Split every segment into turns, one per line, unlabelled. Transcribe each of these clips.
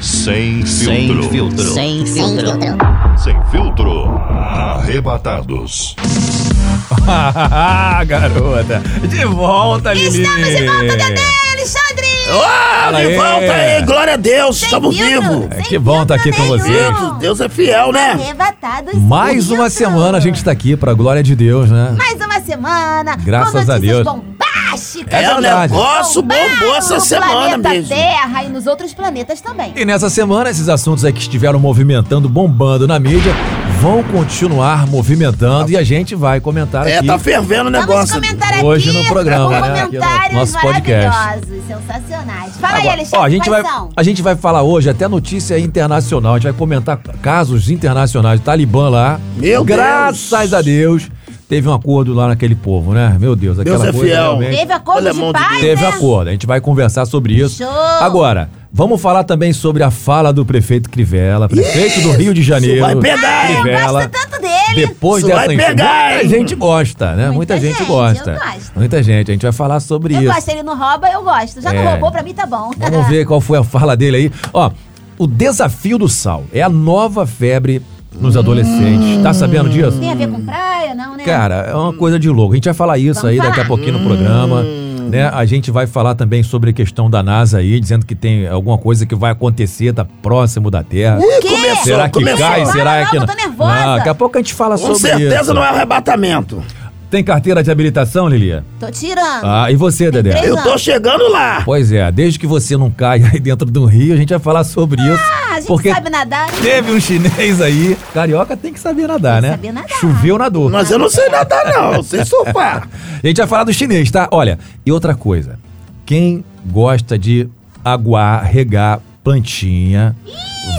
Sem
Sem
filtro.
filtro.
Sem filtro.
Sem filtro. Arrebatados.
Ah, garota. De volta, Lili.
Estamos de volta, bebê Alexandre!
Ah,
Fala aí.
me volta aí, glória a Deus, estamos vivos.
É, que bom tá aqui com vocês.
Deus é fiel,
Tá
né?
Arrebatados.
Mais uma semana a gente tá aqui, pra glória de Deus, né?
Mais uma semana.
Graças
com
a
notícias
Deus. um
bombásticas.
É, o
verdade.
negócio bombou essa
no
semana
planeta
mesmo.
Terra e nos outros planetas também.
E nessa semana, esses assuntos aí que estiveram movimentando, bombando na mídia, vão continuar movimentando e a gente vai comentar
É,
aqui.
tá fervendo o
Vamos
negócio.
comentar
hoje
aqui
no programa,
com
né? Aqui no
comentários
nosso podcast.
maravilhosos, sensacionais. Fala aí,
Agora,
Alexandre,
ó, a, gente vai,
quais são?
a gente vai falar hoje até notícia internacional. A gente vai comentar casos internacionais. Talibã lá.
Meu
Graças
Deus.
a Deus, teve um acordo lá naquele povo, né? Meu Deus, aquela
Deus é
coisa
fiel.
realmente-
Teve acordo
Olha a mão
de
de
paz,
Teve
né?
acordo. A gente vai conversar sobre isso.
Show.
Agora, vamos falar também sobre a fala do prefeito Crivella, prefeito do Rio de Janeiro.
Vai pegar, hein?
Eu
Crivella.
gosto tanto dele.
Depois
Isso
dessa
vai
enche-
pegar,
muita
hein?
gente gosta, né? Muita,
Muita
gente,
gente,
gosta.
eu gosto.
Muita gente. A gente vai falar sobre
Eu
isso.
gosto, ele não rouba, eu gosto. Já
É.
não roubou, pra mim tá bom.
Vamos ver qual foi a fala dele aí. Ó, o desafio do sal é a nova febre nos adolescentes. Tá sabendo disso?
Tem a ver com praia, não, né?
Cara, é uma coisa de louco. A gente vai falar isso
Vamos
aí daqui a
falar.
pouquinho no programa.
Hum.
Né? A gente vai falar também sobre a questão da NASA aí, dizendo que tem alguma coisa que vai acontecer, tá próximo da Terra.
quê?
Começou,
Será que
começou.
cai?
Fala
Será
logo,
que
eu
não?
tô nervosa.
Ah, daqui a pouco a gente fala
Com
sobre
certeza
isso.
não é arrebatamento.
Tem carteira de habilitação, Lilia?
Tô tirando.
Ah, e você, Dedé?
três
Eu tô chegando lá.
Pois é, desde que você não caia aí dentro do rio, a gente vai falar sobre isso.
Ah, a gente
porque
sabe nadar. né?
teve um chinês aí. Carioca tem que saber nadar,
que
né?
saber nadar.
Choveu nadou.
Mas eu não sei nadar, não. Eu sei surfar.
A gente vai falar do chinês, tá? Olha, e outra coisa. Quem gosta de aguar, regar plantinha,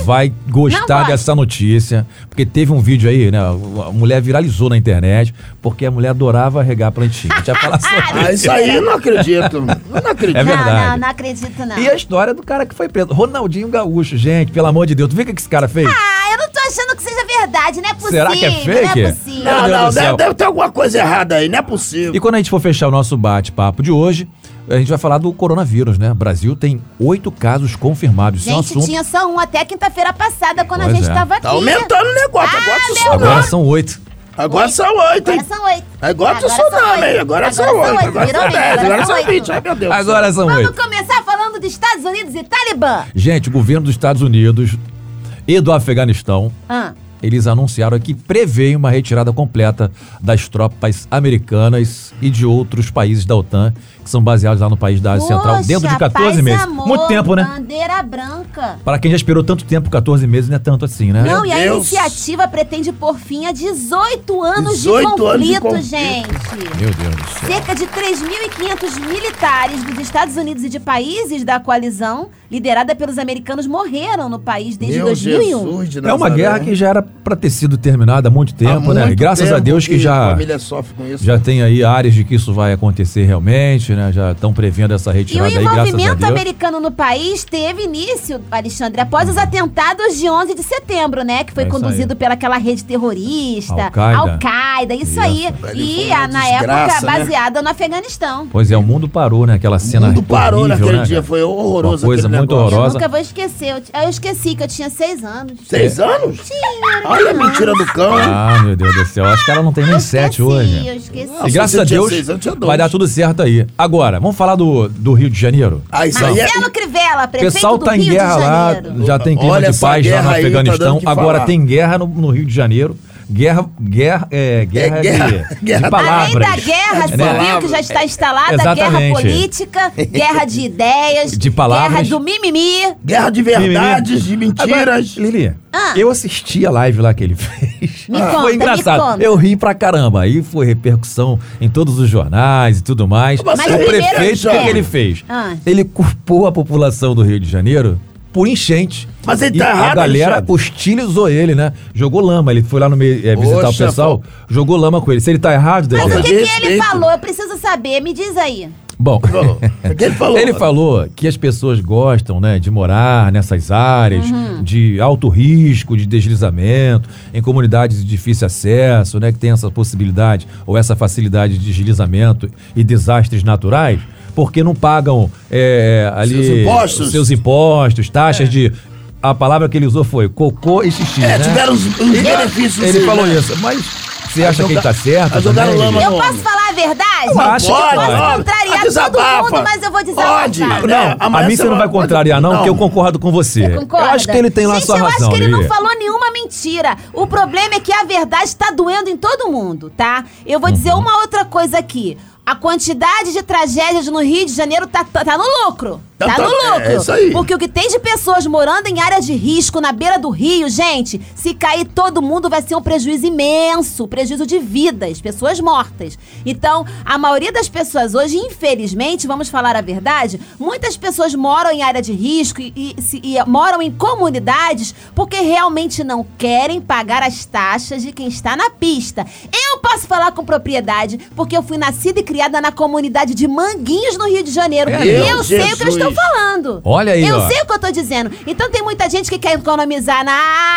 vai
não
gostar
gosto.
dessa notícia. Porque teve um vídeo aí, né? A mulher viralizou na internet porque a mulher adorava regar plantinha. A gente vai falar sobre
Ah, isso aí eu não acredito. Eu não
É
acredito.
verdade.
Não, não, não acredito, não.
E a história do cara que foi preso. Ronaldinho Gaúcho, gente, pelo amor de Deus. Tu vê o que esse cara fez?
Ah, eu não tô achando que seja verdade, não é possível.
Será que é fake?
Não é possível.
Meu
Não,
Deus
não,
do céu.
deve, deve ter alguma coisa errada aí, não é
E
possível.
quando a gente for fechar o nosso bate-papo de hoje, a gente vai falar do coronavírus, né? O Brasil tem oito casos confirmados. Isso é um
Gente,
assunto.
tinha só um até quinta-feira passada, quando a
Pois
gente
é.
tava aqui.
Tá aumentando o negócio. Agora tu só
Agora
não.
são oito.
Agora são oito, hein?
Agora são oito.
Agora tu só não, hein? Agora são oito. Agora
virou
são
mesmo,
dez. Agora são vinte. Ai, meu Deus.
Agora são
Vamos
oito.
começar falando dos Estados Unidos e Talibã.
Gente, o governo dos Estados Unidos e do Afeganistão,
Ah,
eles anunciaram que prevê uma retirada completa das tropas americanas e de outros países da OTAN, que são baseados lá no país da Ásia Central,
poxa,
dentro de 14
paz,
meses.
amor,
Muito tempo, né?
Bandeira branca.
Para quem já esperou tanto tempo, 14 meses não é tanto assim, né?
Não, e a
Deus.
iniciativa pretende pôr fim a 18 anos
18 anos
de
de
conflito,
conflito.
gente.
Meu Deus do céu.
Cerca de 3.500 militares dos Estados Unidos e de países da coalizão, liderada pelos americanos, morreram no país desde
Meu
2001.
Jesus de
É uma
Nazaré.
guerra que já era pra ter sido terminada há muito
Há
tempo, né?
muito
Graças a
tempo
Deus que
A
já,
família sofre com isso.
já tem aí áreas de que isso vai acontecer realmente, né? Já estão prevendo essa
E o
retirada aí, graças a
envolvimento
Deus.
americano no país teve início, Alexandre, após os atentados de 11 de setembro, né? Que foi
É isso
conduzido pelaquela rede terrorista,
Al-Qaeda.
Al-Qaeda, isso,
Isso.
aí.
Ali
E
foi uma
a- na
desgraça,
época
né?
baseada no Afeganistão.
Pois é, o mundo parou, né? Aquela
O
cena
mundo parou
horrível,
naquele
né,
dia,
cara?
foi horroroso.
Uma coisa
aquele
muito
negócio.
Horrorosa.
Eu nunca vou esquecer. Eu, ti- eu esqueci que eu tinha seis anos.
Seis anos? Olha a mentira do cão. hein?
Ah, meu Deus do céu. Acho que ela não tem
eu
nem sete
esqueci,
hoje.
eu esqueci.
E
Nossa,
graças
eu
a
tinha
Deus
seis, eu tinha dois.
vai dar tudo certo aí. Agora, vamos falar do, do Rio de Janeiro?
Ah, isso aí é.
Marcelo Crivella,
O
prefeito
pessoal
do
tá em
Rio
guerra
de
lá,
Janeiro.
já tem clima
Olha
de
essa
paz lá
guerra
no
aí, tá dando
Afeganistão.
o que
Agora
falar.
tem guerra no, no Rio de Janeiro. Guerra, guerra, é, guerra,
É
de-
guerra-
de,
guerra-
palavras.
Além da guerra civil
palavras.
que já está instalada, guerra
Né? Exatamente.
política, guerra de ideias,
De palavras.
guerra do mimimi.
Guerra de verdades, de mentiras.
Agora, Lili,
Ah.
eu assisti a live lá que ele fez.
Me conta, me
foi engraçado.
conta.
Eu ri pra caramba. Aí foi repercussão em todos os jornais e tudo mais.
Mas
o
primeiro
prefeito, o que,
é.
que ele fez?
Ah.
Ele culpou a população do Rio de Janeiro por enchente.
Mas ele
E
tá
A
errado,
galera
Alexandre.
hostilizou ele, né? Jogou lama. Ele foi lá no meio é, visitar
Poxa,
o pessoal, jogou lama com ele. Se ele tá errado,
Mas
Dedé?
o que, que ele
Respeito.
falou? Eu preciso saber, me diz aí.
Bom.
O que ele falou?
Ele falou que as pessoas gostam, né, de morar nessas áreas
Uhum.
de alto risco, de deslizamento, em comunidades de difícil acesso, né, que tem essa possibilidade ou essa facilidade de deslizamento e desastres naturais, porque não pagam é, ali
Seus impostos.
É.
seus impostos, taxas de a palavra que ele usou foi cocô e xixi,
É,
né?
tiveram uns, uns benefícios.
Ele
sim,
falou
né?
isso, mas você acha que ele tá certo?
Mas jogaram
também?
lama
Eu
no
posso
homem.
falar a verdade?
Eu acho que
Pode,
pode.
pode.
contrariar
Desabafa.
todo mundo, mas eu vou desabafar.
Pode.
Não,
né?
a
Amanhã
mim você não vai contrariar, não, porque eu concordo com você.
Você concorda?
Eu acho que ele tem lá
Gente,
sua
eu
razão.
acho que ele não
Lili.
falou nenhuma mentira. O problema é que a verdade tá doendo em todo mundo, tá? Eu vou
Uhum.
dizer uma outra coisa aqui. A quantidade de tragédias no Rio de Janeiro tá, tá, tá no lucro.
Tá-
Tá,
tá-
no lucro.
é isso aí.
Porque o que tem de pessoas morando em área de risco na beira do rio, gente, se cair todo mundo vai ser um prejuízo imenso, prejuízo de vidas, pessoas mortas. Então, a maioria das pessoas hoje, infelizmente, vamos falar a verdade, muitas pessoas moram em área de risco e, e se- e moram em comunidades porque realmente não querem pagar as taxas de quem está na pista. Eu posso falar com propriedade porque eu fui nascida e criada na comunidade de Manguinhos, no Rio de Janeiro.
É,
e eu
meu
sei o que eu
Jesus.
estou falando.
Olha aí,
Eu
ó.
sei o que eu tô dizendo. Então tem muita gente que quer economizar na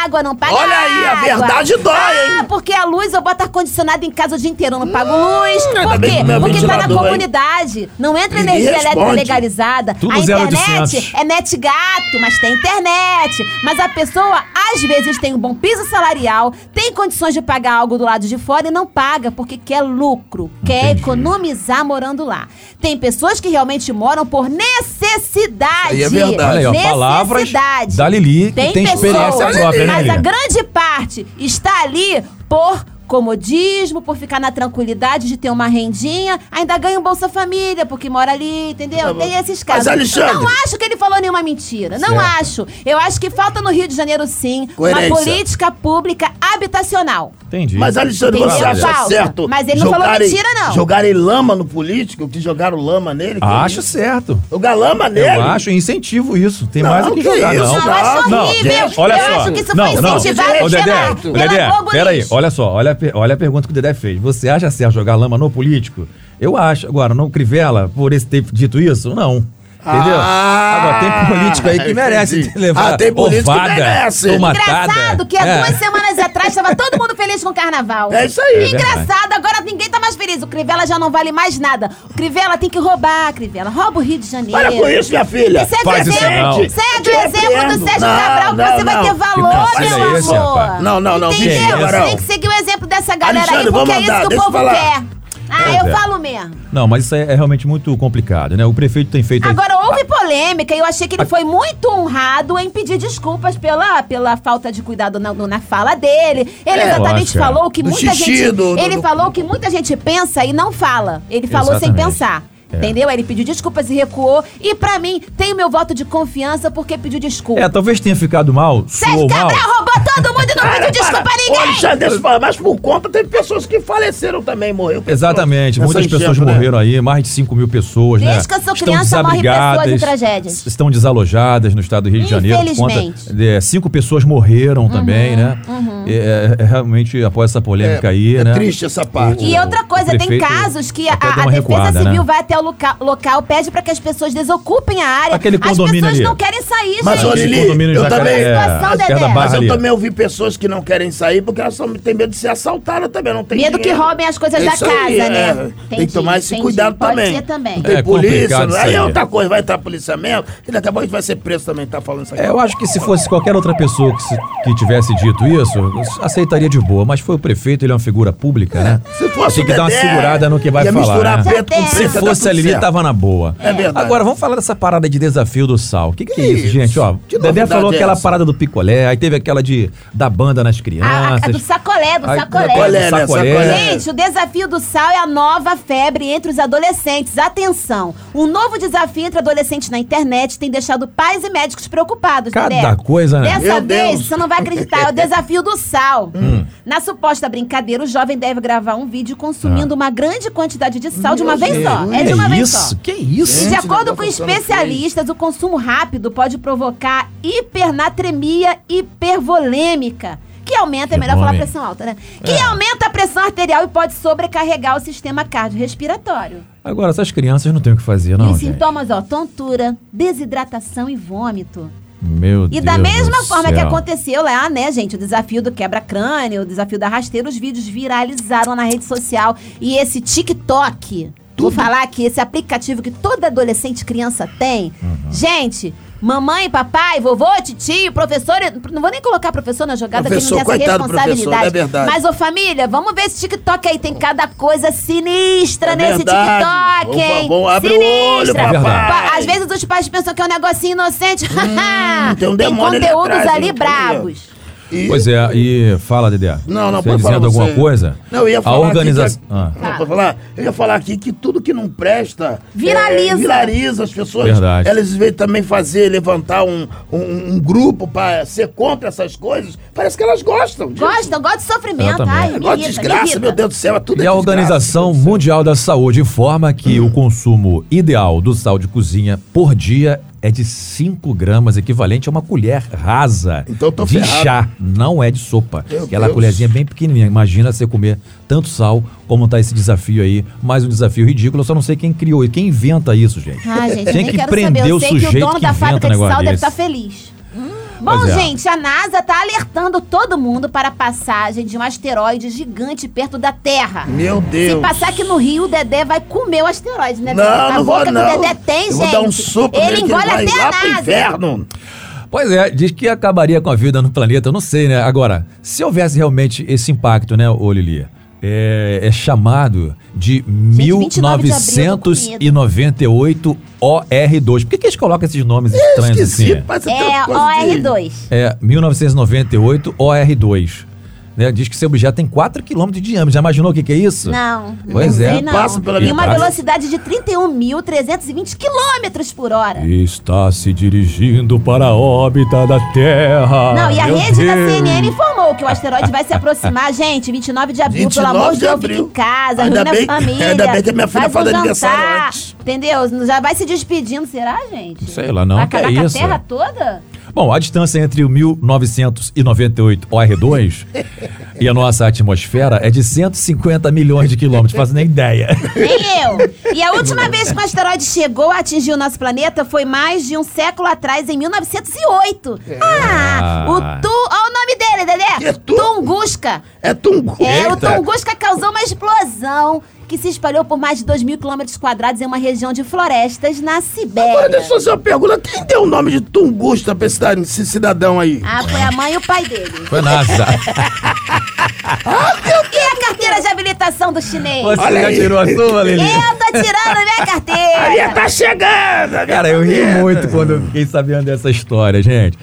água, não paga
Olha aí, a
água.
verdade dói,
Ah,
hein?
porque a luz eu boto ar-condicionado em casa o dia inteiro, eu não pago luz. Por
bem
quê?
que não é
Porque tá na
ventilador, hein?
comunidade. Não entra
Ele
energia
responde.
elétrica legalizada.
Tudo
a
0800.
internet é net gato, mas tem internet. Mas a pessoa, às vezes, tem um bom piso salarial, tem condições de pagar algo do lado de fora e não paga porque quer lucro, quer
Entendi.
economizar morando lá. Tem pessoas que realmente moram por necessidade.
Aí é verdade.
Olha aí, ó, palavras
Necessidade.
da Lili, que tem,
Tem
experiência
pessoas,
própria, né,
mas a
Lili?
grande parte está ali por comodismo, por ficar na tranquilidade de ter uma rendinha, ainda ganha um Bolsa Família, porque mora ali, entendeu? Tem esses casos.
Tá Mas, Alexandre-
Não acho que ele falou nenhuma mentira. Não
Certo.
acho. Eu acho que falta no Rio de Janeiro, sim,
Coerência.
uma política pública habitacional.
Entendi.
Mas, Alexandre,
Entendeu?
você acha
Falta.
certo?
Mas ele não falou mentira, não.
Jogarem lama no político, que jogaram lama nele? que
Acho
isso?
certo.
Jogar lama nele?
Eu acho e incentivo isso. Tem
Não,
mais do que
que
jogar,
isso,
não.
não, acho
é horrível.
gente, olha
Eu
só.
acho que isso
não,
foi
não.
incentivado
Ô, Dedé,
pela-
ô,
pela
Dedé,
Globo
peraí,
News.
olha só. Olha, a per- olha a pergunta que o Dedé fez. Você acha certo jogar lama no político? Eu acho. Agora, no Crivella, por esse ter dito isso, não. Entendeu?
Ah,
Agora, tem político aí que merece
entendi.
levar
Ah, tem político que
ovada,
merece.
tomatada.
Engraçado que há
É.
duas semanas atrás tava todo mundo feliz com o carnaval.
É isso aí. É
verdade.
Engraçado, agora ninguém tá mais feliz. O Crivella já não vale mais nada. O Crivella tem que roubar, Crivella. Rouba o Rio de Janeiro.
Para com isso, minha filha.
Segue
Faz
o
isso não.
é exemplo, segue o exemplo do Sérgio Cabral, que você vai ter valor,
Que
meu
conselho é esse,
amor.
rapaz?
Não, não, não,
que
Entendeu?
isso,
tem que seguir o exemplo dessa galera
Alexandre,
aí, porque
vamos
é
andar,
isso que o
deixa eu
povo
falar.
quer. Ah,
Pois é.
eu falo mesmo.
Não, mas isso é, é realmente muito complicado, né? O prefeito tem feito.
Agora, houve polêmica e eu achei que ele foi muito honrado em pedir desculpas pela, pela falta de cuidado na, na fala dele. Ele
É,
exatamente
lógico, é.
falou o que
Do
muita
xixi,
gente.
do- do-
ele
do-
falou o que muita gente pensa e não fala. Ele falou
Exatamente.
sem pensar.
É.
Entendeu? Ele pediu desculpas e recuou. E pra mim, tem o meu voto de confiança porque pediu desculpa.
É, talvez tenha ficado mal,
Sérgio
suou mal.
Cabral roubou todo mundo e não pediu desculpa a
Ô,
ninguém!
Alexandre, deixa eu falar, mas por conta teve pessoas que faleceram também, morreu. pessoas.
Exatamente,
Nessa
muitas pessoas
enchente, né?
morreram aí, mais de 5 mil pessoas, né?
Desde que eu sou criança, morre
desabrigadas,
pessoas em tragédias.
Estão desalojadas no estado do Rio de Janeiro. por
Infelizmente. Uhum,
é, cinco pessoas morreram também, né? É, é, realmente, após essa polêmica aí,
é
né?
triste essa parte. né?
E
O-
outra coisa,
o
tem
prefeito
casos que a,
até deu
a
uma
defesa
recuada,
civil
né?
vai até o loca- local, pede pra que as pessoas desocupem a área.
Aquele
as
condomínio
pessoas
ali.
não querem sair,
Mas,
gente.
olha, Lili,
condomínio
eu
Jacaré-
também-
é,
Situação,
perto
Dedé.
da barra
Mas eu
ali.
também ouvi pessoas que não querem sair porque elas só têm medo de ser assaltadas também, não tem
Medo que
dinheiro.
roubem as coisas da
Isso
casa,
aí,
né?
é. Tem
Entendi,
que tomar esse
entendi.
cuidado
Pode
também.
ser também.
Não tem
É
polícia,
complicado
não-
isso
aí
aí.
é outra coisa, vai entrar policiamento e daqui a pouco a gente vai ser preso também, tá falando isso aqui.
É, eu acho que se fosse qualquer outra pessoa que, se- que tivesse dito isso, eu aceitaria de boa. Mas foi o prefeito, ele é uma figura pública, né?
Se fosse
Tem que
o
dar uma
Dedé,
segurada no que vai
ia
falar,
misturar
né?
preto com
Se
preto,
Se
ia dar
fosse
É, tá tudo
a Lili,
certo.
tava na boa.
É verdade.
Agora, vamos falar dessa parada de desafio do sal. O que, que é isso,
Isso.
gente? Ó,
Que
Dedé
novidade
falou
é
aquela
essa?
parada do picolé, aí teve aquela de da banda nas
Ah, A, a- a do
crianças.
sacolé, do
Aí,
sacolé.
Sacolé,
do
né? Sacolé.
Gente, o desafio do sal é a nova febre entre os adolescentes. Atenção! Um novo desafio entre adolescentes na internet tem deixado pais e médicos preocupados.
Cada
Dedé.
coisa, né?
Dessa
Meu
vez,
Deus.
você não vai acreditar, é o desafio do sal.
Hum.
Na suposta brincadeira, o jovem deve gravar um vídeo consumindo uma grande quantidade de sal de uma vez só. É de uma
Ah. que
vez só.
isso? Que isso?
Gente,
De
o
acordo
negócio
com
tá ficando
especialistas, o consumo rápido pode provocar hipernatremia hipervolêmica. Que aumenta, é
Que
melhor
nome.
falar pressão alta, né?
É.
Que aumenta a pressão arterial e pode sobrecarregar o sistema cardiorrespiratório.
Agora, essas crianças não tem o que fazer,
e
não.
os
gente.
sintomas, ó, tontura, desidratação e vômito.
Meu Deus.
E da mesma
do
forma
céu.
que aconteceu lá, né, gente? O desafio do quebra-crânio, o desafio da rasteira, os vídeos viralizaram na rede social. E esse
Uhum.
TikTok, vou falar que esse aplicativo que toda adolescente e criança tem, gente. Mamãe, papai, vovô, titio, professor. Não vou nem colocar professor na jogada,
Professor,
que não tem essa
coitado do professor,
responsabilidade.
é verdade.
Mas, ô família, vamos ver esse TikTok aí. Tem cada coisa sinistra
É
nesse
verdade.
TikTok, hein?
Bom, bom, abre o olho,
sinistra.
papai.
Pa- Às vezes os pais pensam que é um negocinho inocente.
tem um demônio ali
conteúdos
atrás,
ali
hein, família?
bravos.
E-
Pois é, e fala, Dedé.
Não, não,
você ia
pode falar
dizendo alguma
você.
coisa?
Não, eu ia falar
A
aqui
organização.
que-
Ah,
Não, pra falar, eu ia falar aqui que tudo que não presta
Viraliza.
é, viraliza as pessoas.
Verdade.
Elas veem também fazer, levantar um, um, um grupo pra ser contra essas coisas. Parece que elas gostam. disso.
Gostam, gostam de sofrimento.
Exatamente.
Ai, me
Negócio É, de
irrita, me
desgraça,
irrita.
meu Deus do céu, é tudo
E
é
a
desgraça.
Organização Mundial da Saúde informa que o consumo ideal do sal de cozinha por dia é de 5 gramas, equivalente a uma colher rasa
Então eu tô
de
ferrado.
chá, não é de sopa.
Meu
Aquela
Deus.
colherzinha bem pequenininha. Imagina você comer tanto sal, como tá esse desafio aí. Mais um desafio ridículo, eu só não sei quem criou e quem inventa isso, gente.
Ah, gente, eu
Tinha
nem
que
quero
prender
saber. Eu
o
sei
sujeito
que o dono
que
da
inventa
fábrica de
um negócio
sal deve tá
desse.
estar feliz. Hum. Bom,
Pois é.
gente, a NASA está alertando todo mundo para a passagem de um asteroide gigante perto da Terra.
Meu Deus.
Se passar aqui no Rio, o Dedé vai comer o asteroide, né?
Não,
Dedé? a
não vou
boca
não.
que o Dedé tem,
eu
gente.
vou dar um soco
ele
nele que
engole
vai
até
lá
a
pro
NASA.
inferno.
Pois é, diz que acabaria com a vida no planeta, eu não sei, né? Agora, se houvesse realmente esse impacto, né, ô Lili? É, é chamado de
29 de abril, eu tô com
1998 OR2. Por que, que eles colocam esses nomes estranhos assim?
É Esquisito, parece até
É,
uma coisa de-
OR2.
É, 1998 OR2. né? Diz que esse objeto tem 4 km de diâmetro. Já imaginou o que, que é isso?
Não.
Pois
não
é.
sei, não.
Passa pela
Em
minha
uma
casa.
velocidade de 31.320 quilômetros por hora.
Está se dirigindo para a órbita da
Ah,
Terra.
Não, e a
Meu
rede da
Deus.
CNN informou que o asteroide vai se aproximar, gente, 29 de abril, pelo
29
amor de
de
Deus,
abril.
fique em casa,
Ainda
reúne a
bem-
família.
ainda bem que a minha filha
faz
faz
um
aniversário
jantar,
antes.
Entendeu? Já vai se despedindo, será, gente?
Sei lá, não,
Vai
que
acabar
é
com
isso?
a terra toda?
Bom, a distância entre o 1998 OR2 e a nossa atmosfera é de 150 milhões de quilômetros, faço nem ideia.
Nem eu. E a última vez que um asteroide chegou a atingir o nosso planeta foi mais de um século atrás, em 1908. Ah, o Tu... Olha o nome dele, Dedé.
Que é Tu?
Tunguska.
É tungo.
É, o
Eita.
Tunguska causou uma explosão que se espalhou por mais de 2 mil quilômetros quadrados em uma região de florestas na
Agora
Sibéria.
deixa eu fazer uma pergunta. Quem deu o nome de Tungusta pra esse dado- esse cidadão aí?
Ah, foi a mãe e o pai dele.
Foi NASA.
E a carteira de habilitação do chinês?
Você
Olha
já
aí. É
tirou a sua, Lili?
Eu tô tirando a minha
Aí
carteira!
tá chegando. a minha
Cara, eu ri
família.
muito quando eu fiquei sabendo dessa história, gente.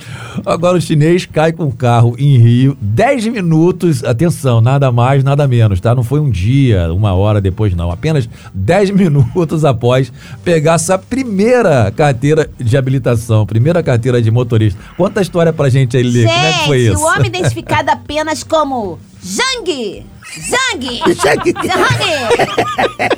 Agora o chinês cai com o carro em Rio, 10 minutos, atenção, nada mais, nada menos, tá? Não foi um dia, uma hora depois, não. Apenas 10 minutos após pegar essa primeira carteira de habilitação, primeira carteira de motorista. Conta a história pra gente aí, Lili. Como é que foi
Gente,
isso?
o homem identificado apenas como Zhang! Zhang! Zhang!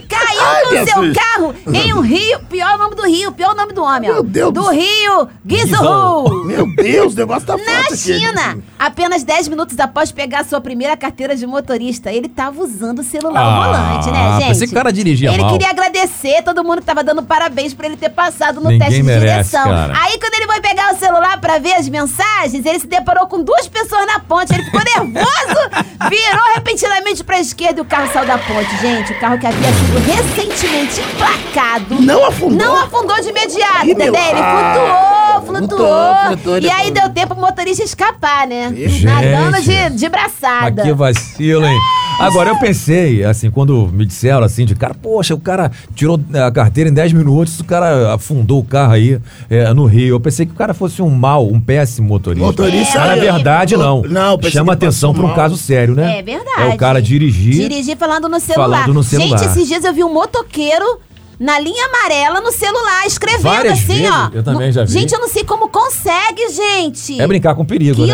Caiu
Ai,
no
meu
seu
Deus.
carro em um rio, pior nome do rio, pior nome do homem, ó.
Meu Deus
do
do céu.
rio Guizhou!
Guizhou.
Meu Deus, o negócio tá forte
Na
aqui.
China, apenas 10 minutos após pegar sua primeira carteira de motorista, ele tava usando o celular
Ah,
ao volante, né, gente?
pensei que o cara dirigia
Ele
mal.
queria agradecer, todo mundo tava dando parabéns por ele ter passado no
Ninguém
teste de
merece,
direção.
cara.
Aí quando ele foi pegar o celular pra ver as mensagens, ele se deparou com duas pessoas na ponte, ele ficou nervoso, virou repentinamente pra esquerda e o carro saiu da ponte. Gente, o carro que havia sido recentemente emplacado
Não afundou. É
não afundou de imediato,
Ih,
Dedé.
meu-
Ele
Ah,
flutuou, flutuou.
flutuou, flutuou,
e aí
depois-
deu tempo pro motorista escapar, né?
Gente.
Nadando de, de braçada.
Aqui vacilo, hein? Agora eu pensei, assim, quando me disseram assim, de cara, poxa, o cara tirou a carteira em 10 minutos, o cara afundou o carro aí é, no Rio. Eu pensei que o cara fosse um mau, um péssimo motorista.
Motorista
Mas na
é-
verdade, não.
Não, eu pensei
Chama
que
atenção
passou
pra um
mal.
caso sério, né?
É verdade.
É o cara dirigir.
Dirigir falando no celular.
Falando no celular.
Gente, esses dias eu vi um motoqueiro na linha amarela no celular, escrevendo
Várias
assim,
vezes,
ó.
eu também já vi.
Gente, eu não sei como consegue, gente.
É brincar com perigo, né?
Que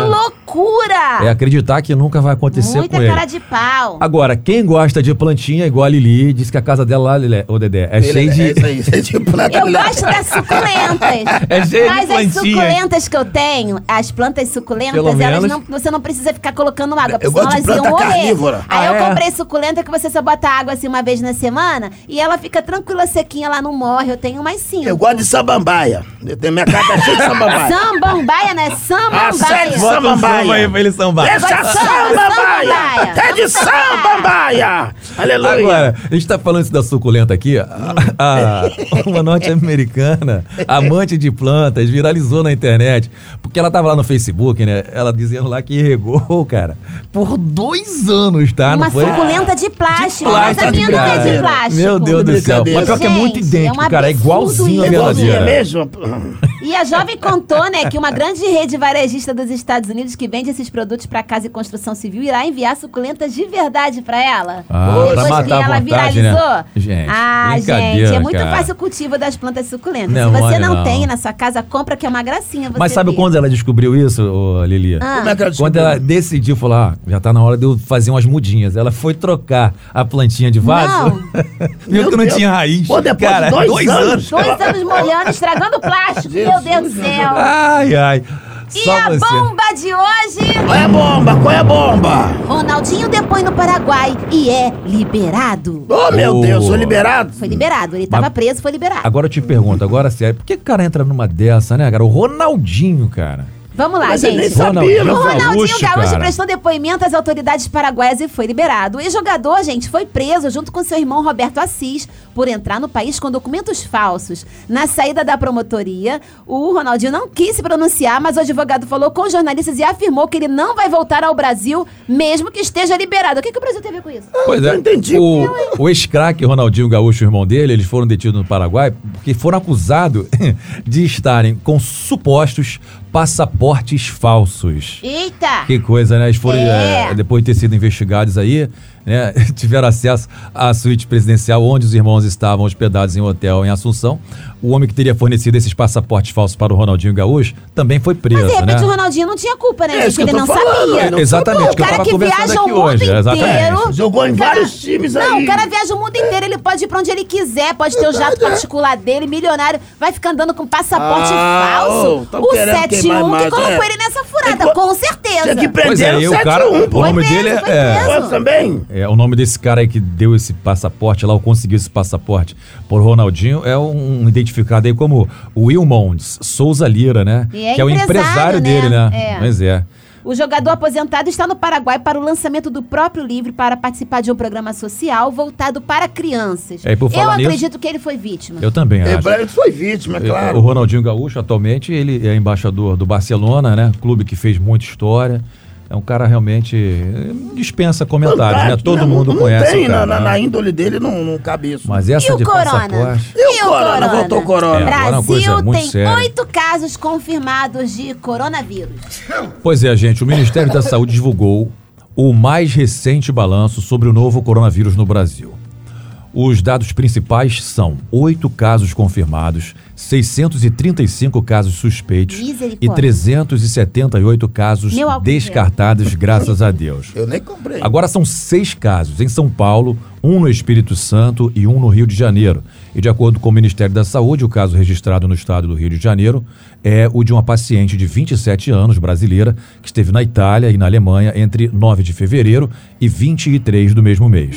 loucura!
É acreditar que nunca vai acontecer
Muita
com ele.
cara de pau.
Agora, quem gosta de plantinha igual a Lili, diz que a casa dela lá, Lilé, ô Dedé, é
Ele-
cheia de.
É isso aí, é de plata.
Eu gosto das suculentas.
É cheio de
Mas as
plantinhas.
suculentas que eu tenho, as plantas suculentas,
Pelo
elas
menos.
não, você não precisa ficar colocando água, porque
Eu
senão
gosto de
elas iam
planta
morrer.
carnívora.
Aí
Ah,
eu
é?
comprei suculenta que você só bota água assim uma vez na semana e ela fica tranquila, sequinha, ela não morre. Eu tenho mais cinco.
Eu gosto de sabambaia. Eu tenho minha casa cheia de sabambaia.
Samambaia, né?
Ah,
Samambaia.
sete
Bota um vai pra ele sambar.
Deixa
Vai
samba, baia!
samba, um samambaia.
É de samba, baia! Aleluia!
Agora, a gente tá falando isso da suculenta aqui. A, a- uma norte-americana, amante de plantas, viralizou na internet. Porque ela tava lá no Facebook, né? Ela dizendo lá que regou, cara, por dois anos, tá? Não
Uma
foi?
suculenta de plástico.
De
Mas a
plástico,
minha não é de
cara.
plástico.
Meu Deus do céu.
Brincadeira.
Mas pior que é muito
Gente,
idêntico,
é um
cara. É
absurdo
igualzinho à
isso. é
Igualzinha
verdadeira.
é mesmo?
E a jovem contou, né, que uma grande rede varejista dos Estados Unidos que vende esses produtos pra casa e construção civil irá enviar suculentas de verdade pra ela.
Ah,
Depois
pra matar
que
a
ela
vontade, né?
viralizou.
Gente,
ah,
brincadeira,
gente, é muito
cara.
fácil o cultivo das plantas suculentas.
Não,
Se
olha,
você não,
não.
tem na sua casa, compra que é uma gracinha. Você
Mas sabe
vê. Ah.
quando ela descobriu isso, ô, Lili?
Como é que ela
Quando
descobriu?
ela decidiu, falou, ah, já tá na hora de eu fazer umas mudinhas. Ela foi trocar a plantinha de vaso.
Não.
Viu
Meu
que não
Deus.
tinha raiz.
Pô, depois de
cara,
dois anos.
Dois anos molhando, estragando o plástico. Meu Deus do céu.
Ai, ai.
E
Ah, Só
a
é
você.
bomba de hoje?
Qual é a bomba? Qual é a bomba?
Ronaldinho depõe no Paraguai e é liberado.
Oh, meu
Oh.
Deus, sou liberado.
Foi liberado. Ele tava preso, foi liberado.
Agora eu te pergunto, agora é sério, por que que o cara entra numa dessa, né, cara? O Ronaldinho, cara.
Vamos lá,
Mas ele
gente.
nem sabia, né?
Ronaldinho
meu
O
Gaúcho,
Ronaldinho Gaúcho
cara.
prestou depoimento às autoridades paraguaias e foi liberado. O ex-jogador, gente, foi preso junto com seu irmão Roberto Assis por entrar no país com documentos falsos. Na saída da promotoria, o Ronaldinho não quis se pronunciar, mas o advogado falou com os jornalistas e afirmou que ele não vai voltar ao Brasil, mesmo que esteja liberado. O que, que o Brasil tem a ver com isso?
Pois é,
eu entendi.
O, o ex-craque Ronaldinho Gaúcho e o irmão dele, eles foram detidos no Paraguai porque foram acusados de estarem com supostos passaportes falsos.
Eita!
Que coisa, né? Eles foram,
É.
eh, depois de ter sido investigados aí, né? Tiveram acesso à suíte presidencial onde os irmãos estavam hospedados em um hotel em Assunção. O homem que teria fornecido esses passaportes falsos para o Ronaldinho Gaúcho também foi preso,
Mas de repente
né?
o Ronaldinho não tinha culpa, né?
É
gente?
isso que
ele
eu tô
não
falando,
sabia.
ele não-
Exatamente,
O
que eu
cara
tava
que
conversando
viaja o
aqui
mundo
hoje. Exatamente.
inteiro.
Jogou em
Cara-
vários times
Não,
Tá aí.
o cara é viaja o mundo inteiro, ele pode ir pra onde ele quiser, pode ter o jato particular dele, milionário, vai ficar andando com passaporte
Ah,
falso.
ô, tão
o
querendo
71
queimar
que
mais,
colocou
é.
ele nessa
É
furada,
que-
com
Tinha
certeza.
que
Pois é,
prender
e
o
o cara,
7-1, pô.
o nome
Foi preso,
dele
foi
é,
preso.
Pô, também?
É, o nome desse cara aí que deu esse passaporte lá, ou conseguiu esse passaporte por Ronaldinho, é um identificado aí como Wilmondes Souza Lira, né?
E é
que é o
empresário,
empresário
né?
dele, né?
É.
Mas é.
O jogador aposentado está no Paraguai para o lançamento do próprio livro para participar de um programa social voltado para crianças.
É, e por
Eu
falar nisso-
acredito que ele foi vítima.
Eu também
É,
acho.
Ele foi vítima, é
O
claro.
Ronaldinho Gaúcho, atualmente, ele é embaixador do Barcelona, né? Clube que fez muita história. É um cara realmente. eh, dispensa comentários, né?
Fantástico,
Todo
né?
mundo
não
conhece.
Tem,
o cara,
na, na-
né?
na índole dele não, não cabe isso.
Mas essa
E o
de
Corona?
passaporte.
E o corona? Voltou o corona.
É, agora é uma coisa
Brasil
muito
tem
séria.
oito casos confirmados de coronavírus.
Pois é, gente, o Ministério da Saúde divulgou o mais recente balanço sobre o novo coronavírus no Brasil. Os dados principais são oito casos confirmados, 635 casos suspeitos e
Misericórdia.
378 casos
Meu álcool
descartados, graças a Deus.
Eu nem comprei.
Agora são seis casos em São Paulo, um no Espírito Santo e um no Rio de Janeiro. E de acordo com o Ministério da Saúde, o caso registrado no estado do Rio de Janeiro é o de uma paciente de 27 anos, brasileira, que esteve na Itália e na Alemanha entre 9 de fevereiro e 23 do mesmo mês.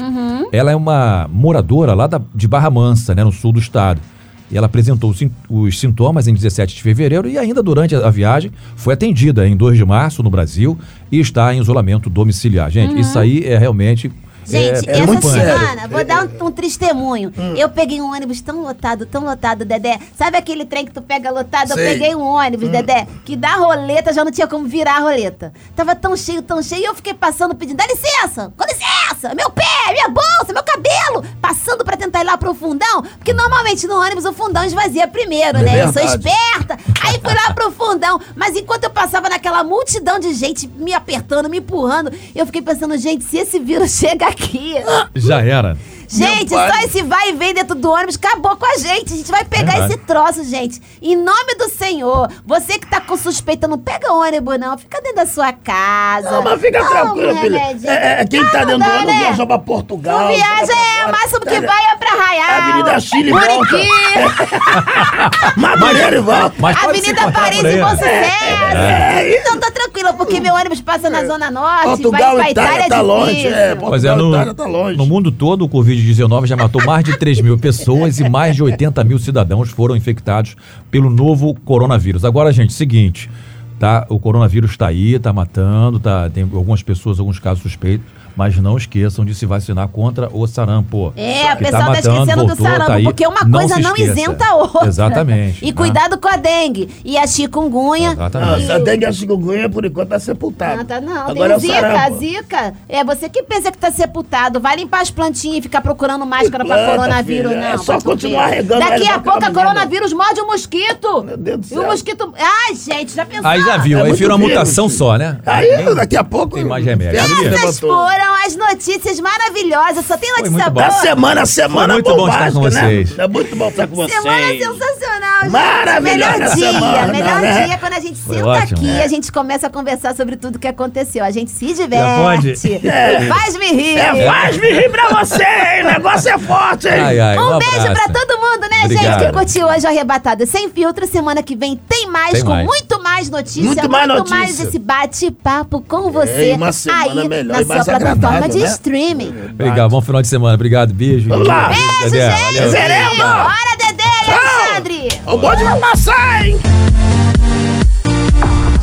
Ela é uma moradora lá da- de Barra Mansa, né, no sul do estado. E ela apresentou os sin- os sintomas em 17 de fevereiro e ainda durante a a viagem foi atendida em 2 de março no Brasil e está em isolamento domiciliar. Gente, isso aí é realmente...
Gente,
é, é
essa
muito sério. Hum.
semana, vou dar um, um testemunho. Eu peguei um ônibus tão lotado, tão lotado, Dedé. Sabe aquele trem que tu pega lotado? Eu
Sei.
peguei um ônibus,
Hum.
Dedé, que da roleta já não tinha como virar a roleta. Tava tão cheio, tão cheio, e eu fiquei passando pedindo: dá licença, com licença, meu pé, minha bolsa, meu cabelo. Passando pra tentar ir lá pro fundão, porque normalmente no ônibus o fundão esvazia primeiro,
É
né? Eu
verdade.
sou esperta. Aí fui lá pro fundão, mas enquanto eu passava naquela multidão de gente me apertando, me empurrando, eu fiquei pensando: gente, se esse vírus chega aqui.
Já era.
Gente,
Meu Ah, pai.
só esse vai e vem dentro do ônibus acabou com a gente. A gente vai pegar
Verdade.
esse troço, gente. Em nome do Senhor, você que tá com suspeita, não pega ônibus, não. Fica dentro da sua casa.
Não, mas fica
Toma
tranquilo,
um
filho.
remedinho.
É, é, quem tá
Ah,
dentro do
não dá,
ano
né?
viaja pra Portugal. Tá
Não viaja, é. O máximo que vai é pra Raial.
Avenida Chile É, e volta.
Muriqui,
Madureira e volta.
Mas pode se
Avenida
encontrar
Paris
por aí,
e Bom
né? É,
Sucesso. Então tá tranquila, porque meu ônibus passa na Zona Norte.
Portugal,
vai pra
Itália,
Itália,
tá
é
longe.
difícil.
É,
Pois é,
Portugal,
no,
Itália tá longe.
no mundo todo, o Covid-19 já matou mais de 3 mil pessoas e mais de 80 mil cidadãos foram infectados pelo novo coronavírus. Agora, gente, seguinte. tá? O coronavírus está aí, está matando, tá, tem algumas pessoas, alguns casos suspeitos, mas não esqueçam de se vacinar contra o sarampo.
É, o
Que
pessoal tá, esquecendo do
voltou, tá
sarampo,
aí.
porque uma
Não
coisa
se
não
esqueça.
isenta a outra.
Exatamente.
E
né?
cuidado com a dengue e a
Não,
chikungunya.
Exatamente.
essa dengue e a chikungunya, por enquanto, tá sepultada.
Não, tá não.
Agora é o
Tem zika,
sarampo.
zika. É, você que pensa que tá sepultado, vai limpar as plantinhas e ficar procurando máscara pra
planta,
coronavírus,
filha.
não.
É só
vai te
continuar
fuder.
regando
Daqui
ela
a
com
pouco a
aquela merda.
coronavírus morde o mosquito.
Meu Deus do
E o
céu.
mosquito... Ai, gente, já pensou?
Aí já viu,
É
aí
muito
virou uma
vírus,
mutação
filho.
só, né?
Aí,
Nem-
daqui a pouco...
Tem mais remédio.
o inferno
Essas
Essas
levantou.
foram as notícias maravilhosas. Só tem
Foi
notícia
muito bom.
boa.
Da semana, a semana
muito bom estar
bombástica,
com
né?
vocês.
É muito bom estar com vocês.
Semana sensacional, gente.
Maravilhosa
Melhor dia,
semana,
melhor
né?
dia quando a gente
Foi
senta
ótimo.
aqui e
É.
a gente começa a conversar sobre tudo que aconteceu. A gente se
Tá? pode?
diverte.
É.
Faz-me rir.
É, faz me rir pra você, hein? O negócio é forte, hein?
Ai, ai,
Um beijo pra
abraço.
todo mundo, né,
Obrigado.
gente? Que curtiu hoje o Arrebatado Sem Filtro. Semana que vem tem mais,
Tem
com
mais.
muito mais notícia.
Muito mais notícia.
mais esse bate-papo com você.
uma semana
aí
melhor
na
e
sua
mais
plataforma
agradável,
de
né?
streaming.
Obrigado, bom final de semana. Obrigado, beijo.
Vamos lá.
Beijo,
Beijo,
Dedé.
gente.
Valeu.
Zereba.
Bora, Dedé e Alexandre.
O bonde vai passar, hein?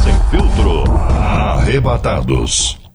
Sem filtro. Arrebatados.